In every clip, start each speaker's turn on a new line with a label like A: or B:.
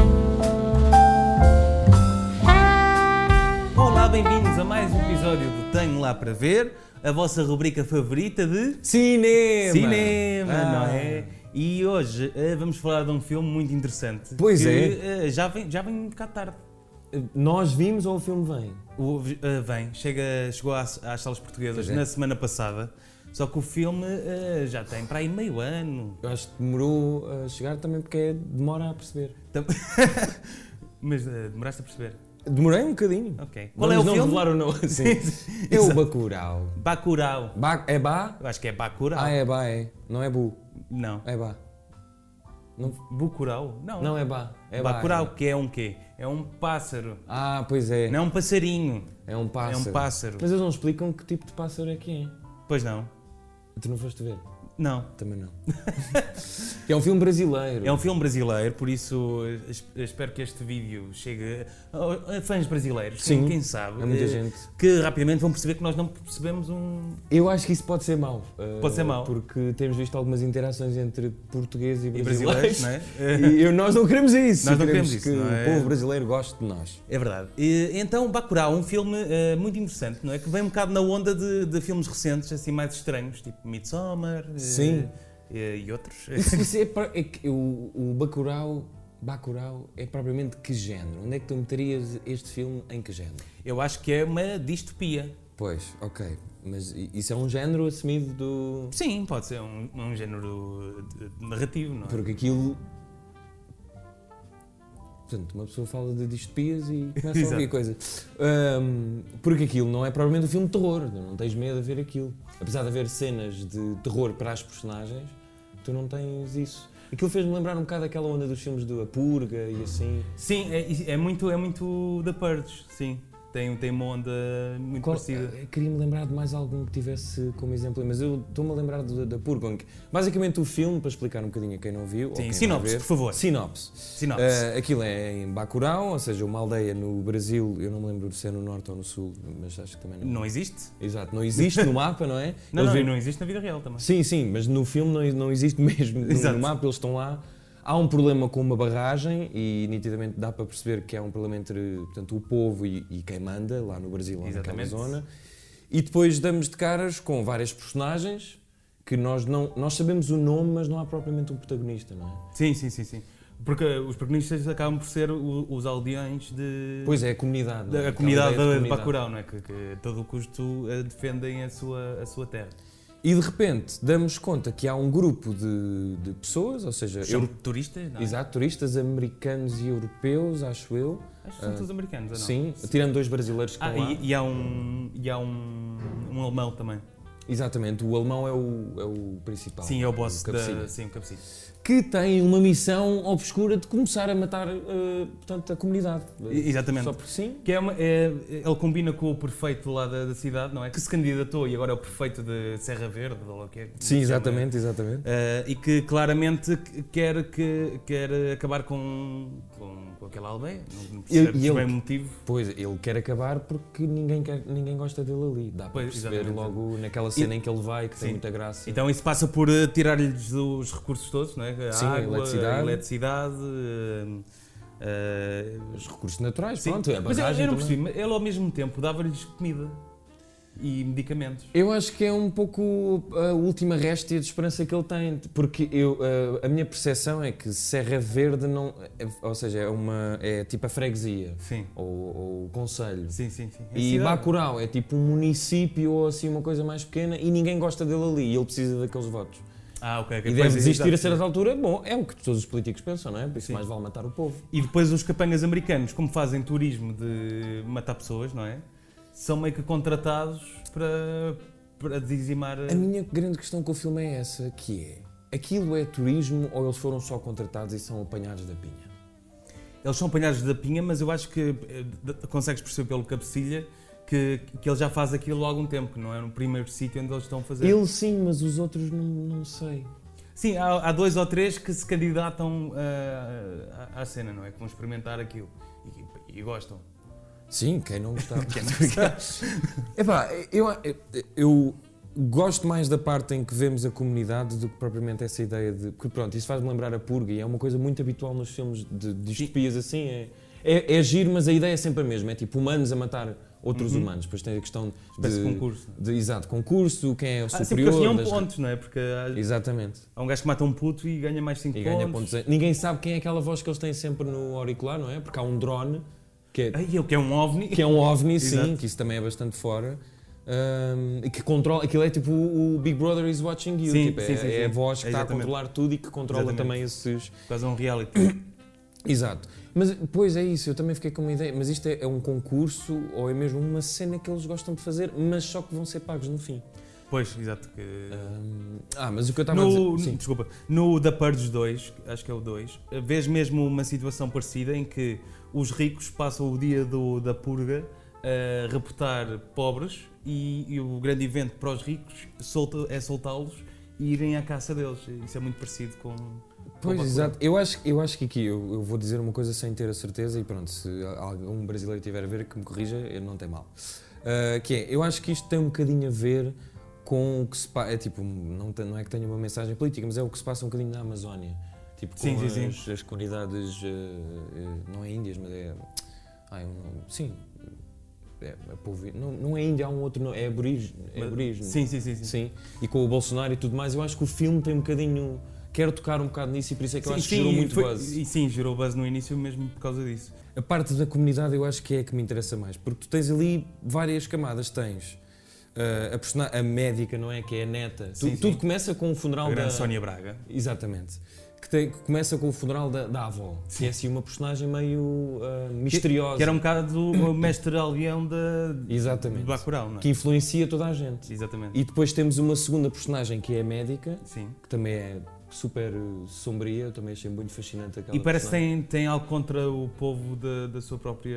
A: um para ver a vossa rubrica favorita de
B: Cinema!
A: cinema,
B: Ah.
A: não é? E hoje eh, vamos falar de um filme muito interessante.
B: Pois
A: que,
B: é.
A: eh, já vem, já vem um bocado tarde.
B: Nós vimos ou o filme vem?
A: O, eh, vem, chega, chegou às, às salas portuguesas
B: Pois é.
A: na semana passada. Só que o filme eh, já tem para aí meio ano.
B: Eu acho que demorou a chegar também porque é- demora a perceber.
A: Tam- Mas eh, demoraste a perceber.
B: Demorei um bocadinho.
A: Ok. é
B: Vamos não revelar o nome assim.
A: Sim,
B: É o
A: exato.
B: Bacurau.
A: Bacurau.
B: Ba- é Bá?
A: Eu acho que é Bacurau.
B: Ah, é Bá, é. Não é Bu.
A: Não.
B: É Bá.
A: Bucurau? Não.
B: Não é Bá. É Bá,
A: Bacurau,
B: é.
A: que é um quê? É um pássaro.
B: Ah, pois é.
A: Não é um passarinho.
B: É um
A: É
B: pássaro.
A: um pássaro.
B: Mas eles não explicam que tipo de pássaro é que é.
A: Pois não.
B: Tu não foste ver?
A: Não.
B: Também não. é um filme brasileiro.
A: É um filme brasileiro, por isso eh, es- espero que este vídeo chegue a, a fãs brasileiros.
B: Sim.
A: Quem sabe?
B: Há muita
A: eh,
B: gente.
A: Que rapidamente vão perceber que nós não percebemos um.
B: Eu acho que isso pode ser mau. eh,
A: Pode ser mau.
B: Porque temos visto algumas interações entre português e
A: E
B: brasileiros.
A: brasileiros, não é?
B: E eu- nós não queremos isso.
A: Nós não queremos isso,
B: que
A: não é?
B: o povo brasileiro goste de nós.
A: É verdade. E, então, Bacurau, um filme eh, muito interessante, não é? Que vem um bocado na onda de, de filmes recentes, assim, mais estranhos, tipo Midsommar eh,
B: Sim.
A: eh, e outros.
B: Isso, isso é, pra- é que o, o Bacurau, Bacurau é propriamente que género? Onde é que tu meterias este filme em que género?
A: Eu acho que é uma distopia.
B: Pois, ok. Mas i- isso é um género assumido do.
A: Sim, pode ser um, um género de- de narrativo, não é?
B: Porque aquilo. Portanto, uma pessoa fala de distopias e começa a
A: Exato.
B: ouvir coisas. Ahm, porque aquilo não é propriamente um filme de terror, tu não tens medo a ver aquilo. Apesar de haver cenas de terror para as personagens, tu não tens isso. Aquilo fez-me lembrar um bocado aquela onda dos filmes do A Purga e assim.
A: Sim, é, é muito, é muito da Purge, sim. Tem, tem uma onda muito
B: Qual-
A: parecida.
B: eh, Queria-me lembrar de mais algum que tivesse como exemplo, aí, mas eu estou-me a lembrar do- da Purga. em que- Basicamente, o filme, para explicar um bocadinho a quem não viu. ou
A: Sim,
B: quem vai
A: sinopse,
B: ver-
A: por favor.
B: Sinopse.
A: Sinopse.
B: Eh, aquilo é em Bacurau, ou seja, uma aldeia no Brasil, eu não me lembro se é no norte ou no sul, mas acho que também não.
A: Não existe?
B: Exato, não existe no mapa, não é?
A: Não, não,
B: Eles
A: e
B: vivem-
A: não existe na vida real também.
B: Sim, sim, mas no filme não, não existe mesmo. No- No,
A: Exato.
B: mapa eles estão lá. Há um problema com uma barragem e nitidamente dá para perceber que há um problema entre portanto, o povo e, e quem manda, lá no Brasil, lá naquela
A: Exatamente.
B: zona. E depois damos de caras com várias personagens que nós não nós sabemos o nome, mas não há propriamente um protagonista, não é?
A: Sim, sim, sim, sim. Porque os protagonistas acabam por ser o- os aldeões de.
B: Pois é, a comunidade. não é?
A: da
B: Aquela
A: comunidade
B: ideia
A: de,
B: comunidade.
A: Bacurau, não é? Que, que a todo custo eh, defendem a sua, a sua terra.
B: E de repente damos conta que há um grupo de, de pessoas, ou seja,
A: São
B: eu-
A: turistas, não é?
B: exato, turistas americanos e europeus, acho eu.
A: Acho que são todos americanos, ou não?
B: eh, Sim, tirando dois brasileiros que
A: Ah,
B: estão lá.
A: e, e há um. E há um, um alemão também.
B: Exatamente, o alemão é o, é o principal.
A: Sim, é o boss
B: cabecinha.
A: da. Sim, o cabecinha.
B: Que tem uma missão obscura de começar a matar, eh, portanto, a comunidade.
A: E- exatamente.
B: Só porque sim.
A: Que é uma- é- ele combina com o prefeito lá da, da cidade, não é? Que se candidatou e agora é o prefeito de Serra Verde, ou lá o que é. que se
B: Sim,
A: chama.
B: exatamente, exatamente.
A: Eh, e que claramente que- quer, que, quer acabar com, com, com aquela aldeia. Não, não percebemos
B: e ele-
A: bem o motivo.
B: Pois, ele quer acabar porque ninguém, quer, ninguém gosta dele ali. Dá para
A: Pois,
B: perceber
A: exatamente.
B: logo naquela cena em que ele vai, que
A: Sim.
B: tem muita graça.
A: Então isso passa por eh, tirar-lhes os recursos todos, não é? A
B: Sim, a
A: água,
B: eletricidade.
A: a eletricidade. eh, eh,
B: Os recursos naturais,
A: sim.
B: pronto, é a
A: Mas eu, eu
B: barragem
A: não
B: também.
A: percebi, mas ele ao mesmo tempo dava-lhes comida e medicamentos.
B: Eu acho que é um pouco a última réstia de esperança que ele tem, porque eu, eh, a minha percepção é que Serra Verde não. é- ou seja, é, uma, é tipo a freguesia
A: Sim,
B: ou, ou o conselho.
A: sim, sim. sim. É
B: E
A: cidade.
B: Bacurau é tipo um município ou assim uma coisa mais pequena e ninguém gosta dele ali e ele precisa daqueles votos.
A: Ah, ok. ok.
B: E
A: Pois,
B: deve desistir a
A: exato.
B: certa altura. Bom, é o que todos os políticos pensam, não é? Por isso
A: Sim.
B: mais vale matar o povo.
A: E depois os capangas americanos, como fazem turismo de matar pessoas, não é? São meio que contratados para, para dizimar.
B: A minha grande questão com o filme é essa, que é... Aquilo é turismo ou eles foram só contratados e são apanhados da pinha?
A: Eles são apanhados da pinha, mas eu acho que eh, d- consegues perceber pelo cabecilha que, que ele já faz aquilo há algum tempo, que não é no primeiro sítio onde eles estão a fazer.
B: Ele sim, mas os outros não, não sei.
A: Sim, há, há dois ou três que se candidatam ah, à, à cena, não é? Que vão experimentar aquilo e, e gostam. é
B: Sim, quem não gostava. Epá, eu, eu gosto mais da parte em que vemos a comunidade do que propriamente essa ideia de. Porque pronto, isso faz-me lembrar a purga e é uma coisa muito habitual nos filmes de, de distopias assim. É, é, é giro, mas a ideia é sempre a mesma. É tipo humanos a matar outros humanos. Depois tem a questão
A: Uhum. Espécie
B: de,
A: de concurso.
B: de- Exato, concurso, quem é o
A: Ah, sim, porque
B: superior.
A: eles tinham
B: das-
A: pontos, não é? Porque há,
B: Exatamente.
A: há um gajo que mata um puto e ganha mais 5
B: E
A: pontos.
B: ganha pontos. Ninguém sabe quem é aquela voz que eles têm sempre no auricular, não é? Porque há um drone que é,
A: Ai, eu que é um ovni.
B: que é um ovni, sim,
A: Exato.
B: que isso também é bastante fora. hum, e que controla, aquilo é tipo o o Big Brother is watching you,
A: Sim,
B: tipo, é,
A: sim, sim,
B: é a
A: sim.
B: voz que está a
A: Exatamente.
B: controlar tudo e que controla
A: Exatamente.
B: também esses.
A: Quase um reality.
B: Exato. Mas pois é isso, eu também fiquei com uma ideia, mas isto é, é um concurso ou é mesmo uma cena que eles gostam de fazer, mas só que vão ser pagos no fim.
A: Pois, exato. Que...
B: Hum, ah, mas o que eu estava a
A: No,
B: dizer. Sim.
A: desculpa, no The Purge 2, acho que é o 2, vês mesmo uma situação parecida em que os ricos passam o dia do- da purga a reputar pobres e, e o grande evento para os ricos solta- é soltá-los e irem à caça deles. Isso é muito parecido com.
B: Pois,
A: Opa,
B: exato. Eu acho, eu acho que aqui eu, eu vou dizer uma coisa sem ter a certeza e pronto, se algum um brasileiro tiver a ver que me corrija, eu não tem mal. Ah, que é, eu acho que isto tem um bocadinho a ver com o que se passa, é tipo, não, tem- não é que tenha uma mensagem política, mas é o que se passa um bocadinho na Amazónia. Tipo, com
A: Sim, sim,
B: as,
A: sim.
B: as comunidades, ah, ah, não é índias, mas é... Ai, eu não- sim, é, é povo, não, não é índia, há um outro nome, é aborígene. É
A: Mas-
B: aborígene.
A: Sim, sim, sim. sim.
B: Sim, e com o Bolsonaro e tudo mais, eu acho que o filme tem um bocadinho. Quero tocar um bocado nisso e por isso é que eu acho que gerou
A: e
B: muito
A: foi-
B: buzz.
A: E sim, gerou buzz no início mesmo por causa disso.
B: A parte da comunidade eu acho que é a que me interessa mais, porque tu tens ali várias camadas. Tens ah, a, persona- a médica, não é? Que é a neta. Tu-
A: Sim, sim.
B: Tudo começa com o
A: A
B: funeral
A: grande
B: da.
A: Sónia Braga.
B: Exatamente. Que, tem- que começa com o funeral da, da avó, que é assim uma personagem meio ah, misteriosa.
A: Que era um bocado o mestre aldeão da.
B: Exatamente.
A: De Bacurau, não é?
B: Que influencia toda a gente.
A: Exatamente.
B: E depois temos uma segunda personagem que é a médica,
A: Sim.
B: que também é super eh, sombria, eu também achei muito fascinante aquela
A: E parece que
B: personagem.
A: tem, tem algo contra o povo da, da sua própria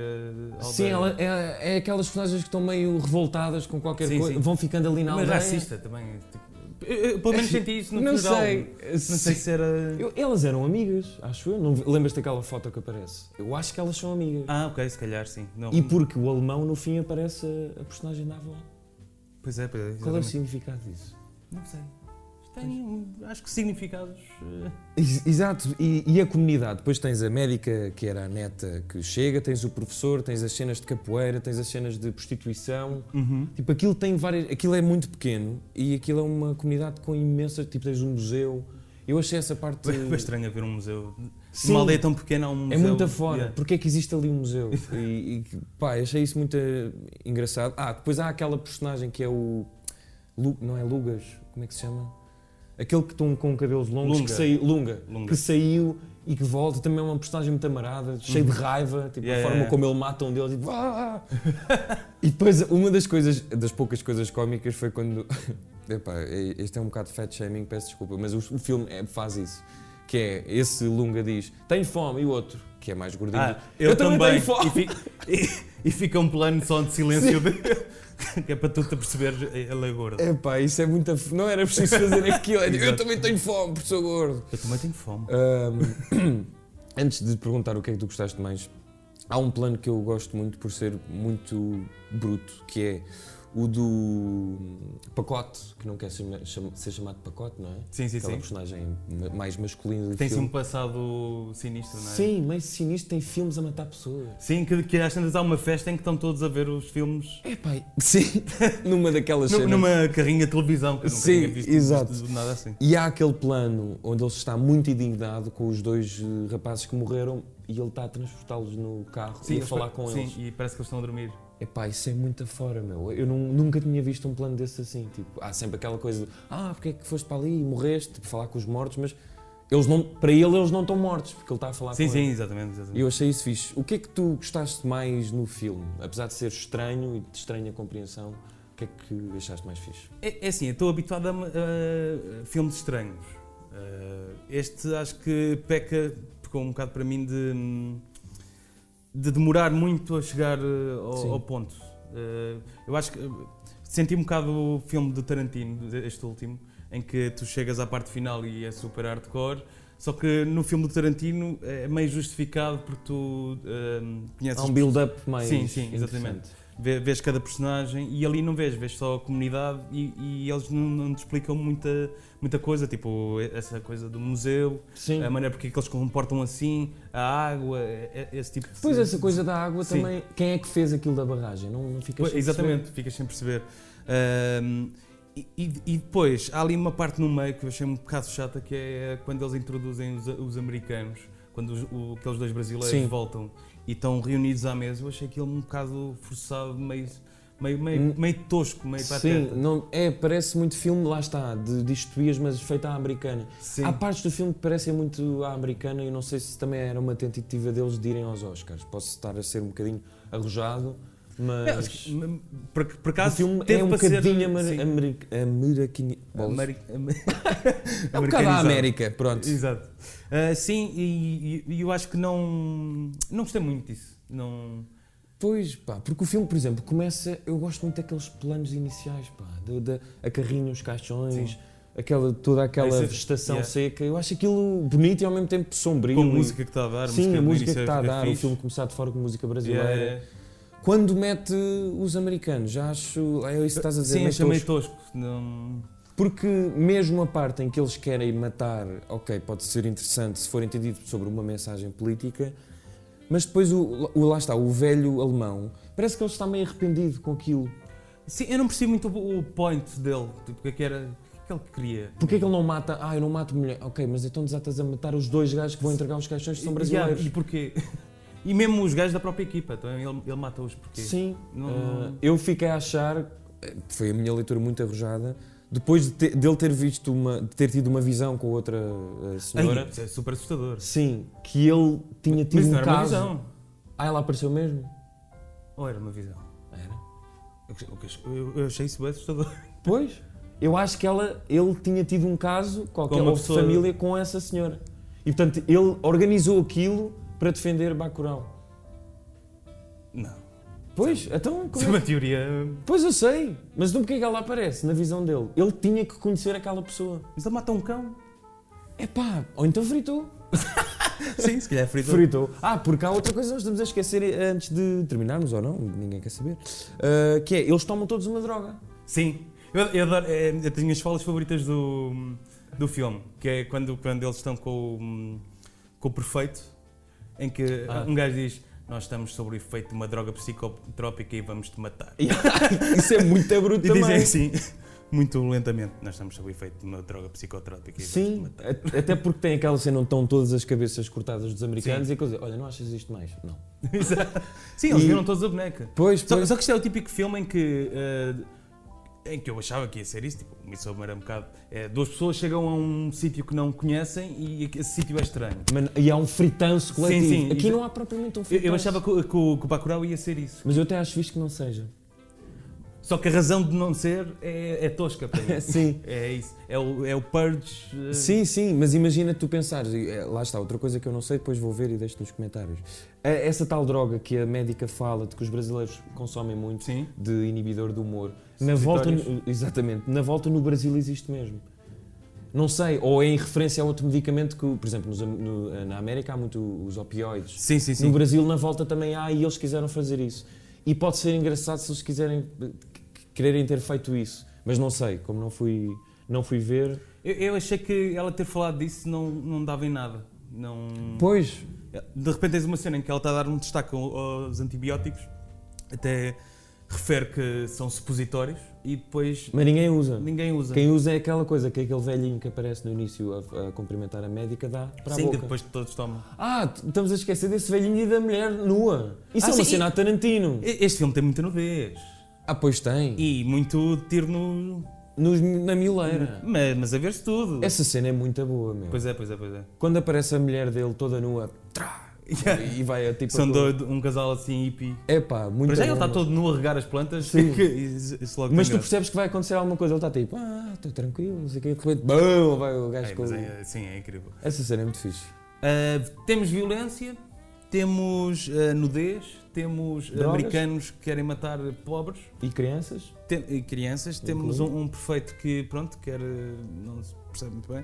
A: aldeia.
B: Sim, ela é, é aquelas personagens que estão meio revoltadas com qualquer
A: Sim,
B: coisa,
A: sim.
B: vão ficando ali na
A: Mas
B: aldeia.
A: racista também. tipo, eu- eu pelo menos senti isso no
B: Não
A: funeral.
B: sei.
A: Não sei se era...
B: Eu- elas eram amigas, acho eu. Não, lembras daquela foto que aparece? Eu acho que elas são amigas.
A: Ah, ok, se calhar sim. Não.
B: E porque o alemão no fim aparece a, a personagem da avó.
A: Pois é, pois é.
B: Qual é o
A: exatamente.
B: significado disso?
A: Não sei. Isto Tem, um- acho que significados... eh,
B: Ex- Exato, e, e a comunidade. Depois tens a médica, que era a neta que chega, tens o professor, tens as cenas de capoeira, tens as cenas de prostituição. Tipo, aquilo tem várias. Aquilo é muito pequeno e aquilo é uma comunidade com imensas. Tipo, tens um museu. Eu achei essa parte.
A: Foi estranho haver um museu.
B: Sim.
A: Uma aldeia tão pequena há um
B: É
A: museu.
B: muito afora.
A: Yeah.
B: Porque é que existe ali um museu? E, e que, pá, achei isso muito eh, engraçado. Ah, depois há aquela personagem que é o. Lu- não é Lugas? Como é que se chama? Aquele que estão com cabelos longos
A: Lunga.
B: que saiu. Lunga,
A: Lunga.
B: Que saiu e que volta. Também é uma personagem muito amarada, cheio de raiva. Tipo,
A: Uhum. Yeah,
B: a
A: yeah,
B: forma
A: yeah.
B: como ele mata um deles. Tipo, "Ah!" e depois, uma das coisas. Das poucas coisas cómicas foi quando. Epá, é- este é um bocado fat shaming, peço desculpa, mas o, o filme é- faz isso. Que é esse Lunga diz: Tenho fome, e o outro, que é mais gordinho,
A: Ah,
B: diz,
A: eu, também.
B: tenho fome.
A: E fica, e- e fica um plano só de silêncio. de- que é para tu te perceberes, ela é gorda.
B: Epá, isso é muita. f- Não era preciso fazer aquilo. é tipo, eu
A: Exato.
B: também tenho fome, por sou gordo.
A: Eu também tenho fome.
B: Ahm, antes de te perguntar o que é que tu gostaste mais, há um plano que eu gosto muito por ser muito bruto, que é o do pacote, que não quer ser, chama- ser chamado pacote, não é?
A: Sim, sim,
B: Aquela
A: sim.
B: personagem ma- mais masculina do
A: Tem se
B: filme.
A: um passado sinistro, não é?
B: Sim, mas sinistro tem filmes a matar pessoas.
A: Sim, que, que às tantas há uma festa em que estão todos a ver os filmes
B: É pai. Sim, numa daquelas
A: nu-
B: cenas.
A: numa carrinha de televisão. Que eu nunca
B: Sim,
A: tinha visto
B: exato.
A: isto de nada assim.
B: E há aquele plano onde ele está muito indignado com os dois eh, rapazes que morreram e ele está a transportá-los no carro e a
A: eles
B: falar
A: pa-
B: com
A: sim,
B: eles.
A: e parece que eles estão a dormir.
B: Epá, isso é muito afora, meu. Eu nu- nunca tinha visto um plano desse assim. Tipo, há sempre aquela coisa de ah, porque é que foste para ali e morreste, tipo, falar com os mortos, mas eles não, para ele eles não estão mortos, porque ele está a falar
A: Sim,
B: com
A: sim,
B: eles.
A: exatamente.
B: E
A: exatamente.
B: eu achei isso fixe. O que é que tu gostaste mais no filme? Apesar de ser estranho e de estranha compreensão, o que é que achaste mais fixe?
A: É, é assim, eu estou habituado a, a filmes estranhos. Uh, este acho que peca, pecou um bocado para mim de, de demorar muito a chegar uh,
B: Sim.
A: ao, ao ponto. Uh, eu acho que uh, senti um bocado o filme do Tarantino, de- este último, em que tu chegas à parte final e é super hardcore. Só que no filme do Tarantino é meio justificado porque tu um, conheces
B: Há um build-up mais.
A: Sim, sim,
B: interessante.
A: vê- vês cada personagem e ali não vês, vês só a comunidade e, e eles não, não te explicam muita, muita coisa, tipo essa coisa do museu,
B: Sim.
A: a maneira porque é que eles se comportam assim, a água, é- é- esse tipo de
B: Pois essa coisa da água
A: Sim.
B: também. Quem é que fez aquilo da barragem? Não, não fica
A: Pois, exatamente, ficas sem perceber. Ahm, e, e- e depois, há ali uma parte no meio que eu achei um bocado chata, que é quando eles introduzem os, os americanos, quando os- o- aqueles dois brasileiros
B: Sim.
A: voltam e estão reunidos à mesa, eu achei aquilo um bocado forçado, meio, meio, meio,
B: Hum.
A: meio tosco, meio
B: Sim,
A: pateta.
B: não, é, parece muito filme, lá está, de distopias, mas feita à americana.
A: Sim,
B: Há partes do filme que parecem muito à americana e não sei se também era uma tentativa deles de irem aos Oscars. Posso estar a ser um bocadinho arrojado,
A: É, acho
B: mas
A: que, hum, por, por
B: o
A: acaso
B: filme
A: teve
B: é um
A: para ser- assim,
B: bocadinho amer,
A: sim,
B: ameri- americani- bolas.
A: ameri-
B: É um bocado à
A: americanizado.
B: América, pronto.
A: Exato. Ah, sim, e, e- e eu acho que não, não gostei muito disso. Não,
B: Pois, pá, porque o filme, por exemplo, começa. Eu gosto muito daqueles planos iniciais, pá, da da- a carrinha, os caixões,
A: Sim.
B: aquela, toda aquela
A: Esse- é-
B: vegetação
A: yeah.
B: seca. Eu acho aquilo bonito e ao mesmo tempo sombrio.
A: Com a
B: e-
A: música é que está a dar,
B: Sim, a
A: do
B: música que
A: início
B: está a
A: fica
B: dar, o
A: fixe.
B: filme começar de fora com música brasileira.
A: Yeah, yeah.
B: Quando mete os americanos, já acho. É isso que estás a dizer,
A: Sim,
B: meio
A: achei meio
B: tosco.
A: tosco. Não...
B: Porque mesmo a parte em que eles querem matar, ok, pode ser interessante se for entendido sobre uma mensagem política, mas depois o, o- lá está, o velho alemão, parece que ele está meio arrependido com aquilo.
A: Sim, eu não percebi muito o o point dele. Tipo, o que é que era. O que é que ele queria?
B: Porquê que ele não mata? Ah, eu não mato mulher. Ok, mas então desatas a matar os dois gajos que vão entregar os caixões que são
A: E-
B: brasileiros.
A: yeah, E porquê? E mesmo os gajos da própria equipa, então ele, ele mata-os porquê?
B: Sim.
A: Não-
B: Ah, eu fiquei a achar, eh, foi a minha leitura muito arrojada, depois de ter- dele ter visto uma, de ter tido uma visão com outra eh,
A: Ai,
B: senhora.
A: isso é super assustador.
B: Sim, que ele tinha tido
A: Mas isso
B: um
A: não era uma
B: caso.
A: visão.
B: Ah, ela apareceu mesmo?
A: Ou era uma visão?
B: Era.
A: Eu, eu- eu achei isso bem assustador.
B: Pois. Eu acho que ela, ele tinha tido um caso qualquer
A: Com uma
B: ou de
A: pessoa-
B: família com essa senhora. E portanto, ele organizou aquilo para defender Bacurau.
A: Não.
B: Pois, então
A: Isso
B: como
A: é
B: é
A: uma teoria.
B: Pois eu sei, mas de porque é que ela aparece na visão dele? Ele tinha que conhecer aquela pessoa.
A: Mas ele mata um cão.
B: É pá, ou então fritou.
A: Sim, se calhar é fritou.
B: Fritou. Ah, porque há outra coisa que nós estamos a esquecer eh, antes de terminarmos, ou não, ninguém quer saber, ah, que é, eles tomam todos uma droga.
A: Sim, eu, eu adoro, é, eu tenho as falas favoritas do, do filme, que é quando, quando eles estão com o, com o prefeito, em que
B: Ah.
A: um gajo diz: Nós estamos sobre o efeito de uma droga psicotrópica e vamos te matar.
B: Isso é muito bruto
A: E
B: também.
A: dizem assim, muito lentamente: Nós estamos sobre o efeito de uma droga psicotrópica e vamos te
B: Sim,
A: matar.
B: a- até porque tem aquela cena onde estão todas as cabeças cortadas dos americanos e coisa. Olha, não achas isto mais? Não.
A: Exato. Sim, eles
B: E-
A: viram todos a boneca.
B: Pois,
A: Só,
B: pois.
A: só que isto é o típico filme em que. eh, em que eu achava que ia ser isso, tipo, o Midsommar é um bocado. eh, duas pessoas chegam a um sítio que não conhecem e esse sítio é estranho.
B: Mas- e há um fritanço coletivo.
A: Sim, sim.
B: Aqui não há propriamente um
A: Eu,
B: fritanço.
A: eu achava que, o- que o, que o Bacurau ia ser isso.
B: Mas eu até acho visto que não seja.
A: Só que a razão de não ser é, é tosca para mim.
B: Sim.
A: É isso. É o, é o Purge. eh,
B: Sim, sim, mas imagina tu pensares, e, eh, lá está, outra coisa que eu não sei, depois vou ver e deixo nos comentários. A- Essa tal droga que a médica fala de que os brasileiros consomem muito,
A: Sim.
B: de inibidor do humor, na volta, no- exatamente, na volta no Brasil existe mesmo. Não sei, ou é em referência a outro medicamento que, por exemplo, nos am- no- eh, na América há muito os opioides.
A: Sim, sim,
B: No
A: sim.
B: Brasil, na volta também há e eles quiseram fazer isso. E pode ser engraçado se eles quiserem, eh, quererem ter feito isso. Mas não sei, como não fui, não fui ver.
A: Eu, eu achei que ela ter falado disso não, não dava em nada. Não...
B: Pois,
A: De repente tens uma cena em que ela está a dar um destaque ao- aos antibióticos, até refere que são supositórios e depois
B: mas ninguém usa.
A: ninguém usa.
B: Quem usa é aquela coisa que aquele velhinho que aparece no início a, a cumprimentar a médica dá para
A: Sim,
B: a
A: que
B: boca.
A: depois todos tomam.
B: Ah, t- estamos a esquecer desse velhinho e da mulher nua. Isso
A: Ah,
B: é uma
A: sim,
B: cena
A: e-
B: a Tarantino.
A: E- Este filme tem muita nudez
B: Ah, pois tem.
A: e muito tiro no.
B: Nos- na mileira.
A: Mas, mas a ver-se tudo.
B: Essa cena é muito boa, meu.
A: Hum. Pois é, pois é, pois é.
B: Quando aparece a mulher dele toda nua trá, e vai a tipo...
A: São dois, um casal assim hippie.
B: É pá, muito
A: Para já ele
B: bom,
A: está
B: meu.
A: todo nu a regar as plantas.
B: Sim.
A: que isso- isso logo
B: Mas tu
A: tem
B: percebes que vai acontecer alguma coisa. Ele está tipo, ah, estou tranquilo, não sei o quê. De repente, bum, vai o gajo
A: graça. Ai,
B: com...
A: mas é- Sim, é incrível.
B: Essa cena é muito fixe.
A: Uh, temos violência, temos uh, nudez, temos
B: Drogas.
A: americanos que querem matar pobres
B: E crianças?
A: tem- e crianças, temos
B: Incluindo.
A: um, um prefeito que, pronto, quer. uh, não se percebe muito bem.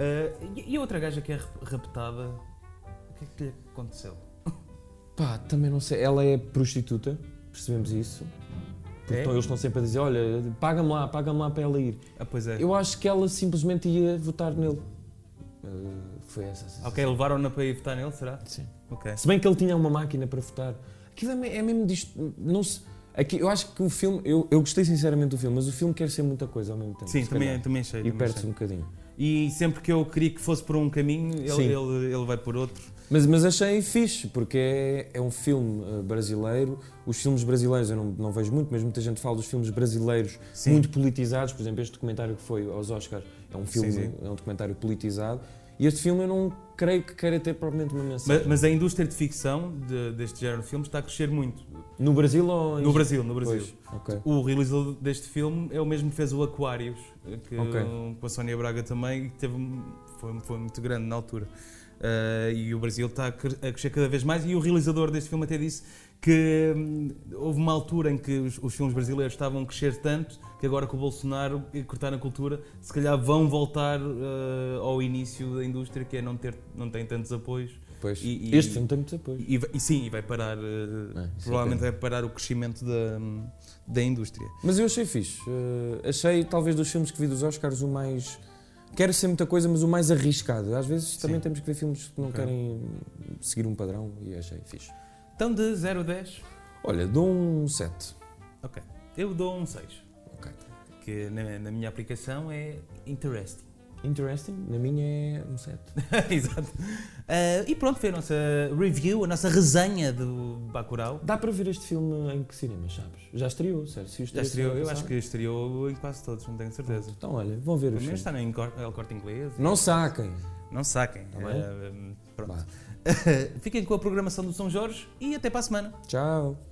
A: Uh, e, e a outra gaja que é rap- raptada, o que é que lhe aconteceu?
B: Pá, também não sei. Ela é prostituta. percebemos isso. Porque
A: É?
B: então eles estão sempre a dizer: olha, paga-me lá, paga-me lá para ela ir.
A: Ah, pois é.
B: Eu acho que ela simplesmente ia votar nele. Eh, foi essa a sensação.
A: Ah, Ok, levaram-na para ir votar nele, será?
B: Sim.
A: Ok.
B: Se bem que ele tinha uma máquina para votar. Aquilo é, me- é mesmo disto. Não se, aqui, eu acho que o filme. Eu, eu gostei sinceramente do filme, mas o filme quer ser muita coisa ao mesmo tempo.
A: Sim,
B: se
A: também,
B: calhar.
A: também achei.
B: E
A: também
B: perde-se
A: achei.
B: um bocadinho.
A: E sempre que eu queria que fosse por um caminho,
B: Sim.
A: ele, ele, ele vai por outro.
B: Mas, mas achei fixe, porque é, é um filme eh, brasileiro. Os filmes brasileiros eu não, não vejo muito, mas muita gente fala dos filmes brasileiros
A: Sim.
B: muito politizados. Por exemplo, este documentário que foi aos Oscars é um filme,
A: Sim,
B: é um documentário politizado. E este filme eu não creio que queira ter propriamente uma
A: Mas,
B: mensagem.
A: mas a indústria de ficção de- deste género de filmes está a crescer muito.
B: no Brasil ou em
A: No Brasil, no Brasil.
B: Pois, ok.
A: O realizador deste filme é o mesmo que fez o Aquarius, que,
B: Ok.
A: com a Sónia Braga também, e que teve, um, foi, foi muito grande na altura. Ah, e o Brasil está a cre- a crescer cada vez mais. E o realizador deste filme até disse que hum, houve uma altura em que os, os filmes brasileiros estavam a crescer tanto que agora com o Bolsonaro e cortar a cultura, se calhar vão voltar ah, ao início da indústria, que é não, ter, não tem tantos apoios.
B: Pois.
A: E- e-
B: este filme tem muito apoio.
A: E, vai- e sim, e vai parar, ah,
B: É, isso é
A: provavelmente
B: pena.
A: vai parar o crescimento da, da indústria.
B: Mas eu achei fixe. Eh, achei, talvez, dos filmes que vi dos Oscars, o mais. Quero ser muita coisa, mas o mais arriscado. Às vezes também
A: Sim.
B: temos que ver filmes que não
A: Ok.
B: querem seguir um padrão e achei fixe.
A: Então de 0 a 10,
B: Olha, dou um 7.
A: eu dou um 6.
B: Ok.
A: Que na, na minha aplicação é interesting.
B: Interesting, na minha é um 7.
A: Exato. Ah, e pronto, foi a nossa review, a nossa resenha do Bacurau.
B: Dá para ver este filme em que cinema, sabes? Já estreou, sério. Se o
A: Já
B: estreou
A: estreou,
B: semana
A: eu acho
B: passada.
A: que estreou em quase todos, não tenho certeza.
B: Então, olha, vão ver o
A: Pelo
B: filme.
A: menos está no Incor- El Corte Inglês.
B: Não saquem.
A: Não saquem.
B: Tá
A: Ah, pronto.
B: Vá.
A: Fiquem com a programação do São Jorge e até para a semana.
B: Tchau.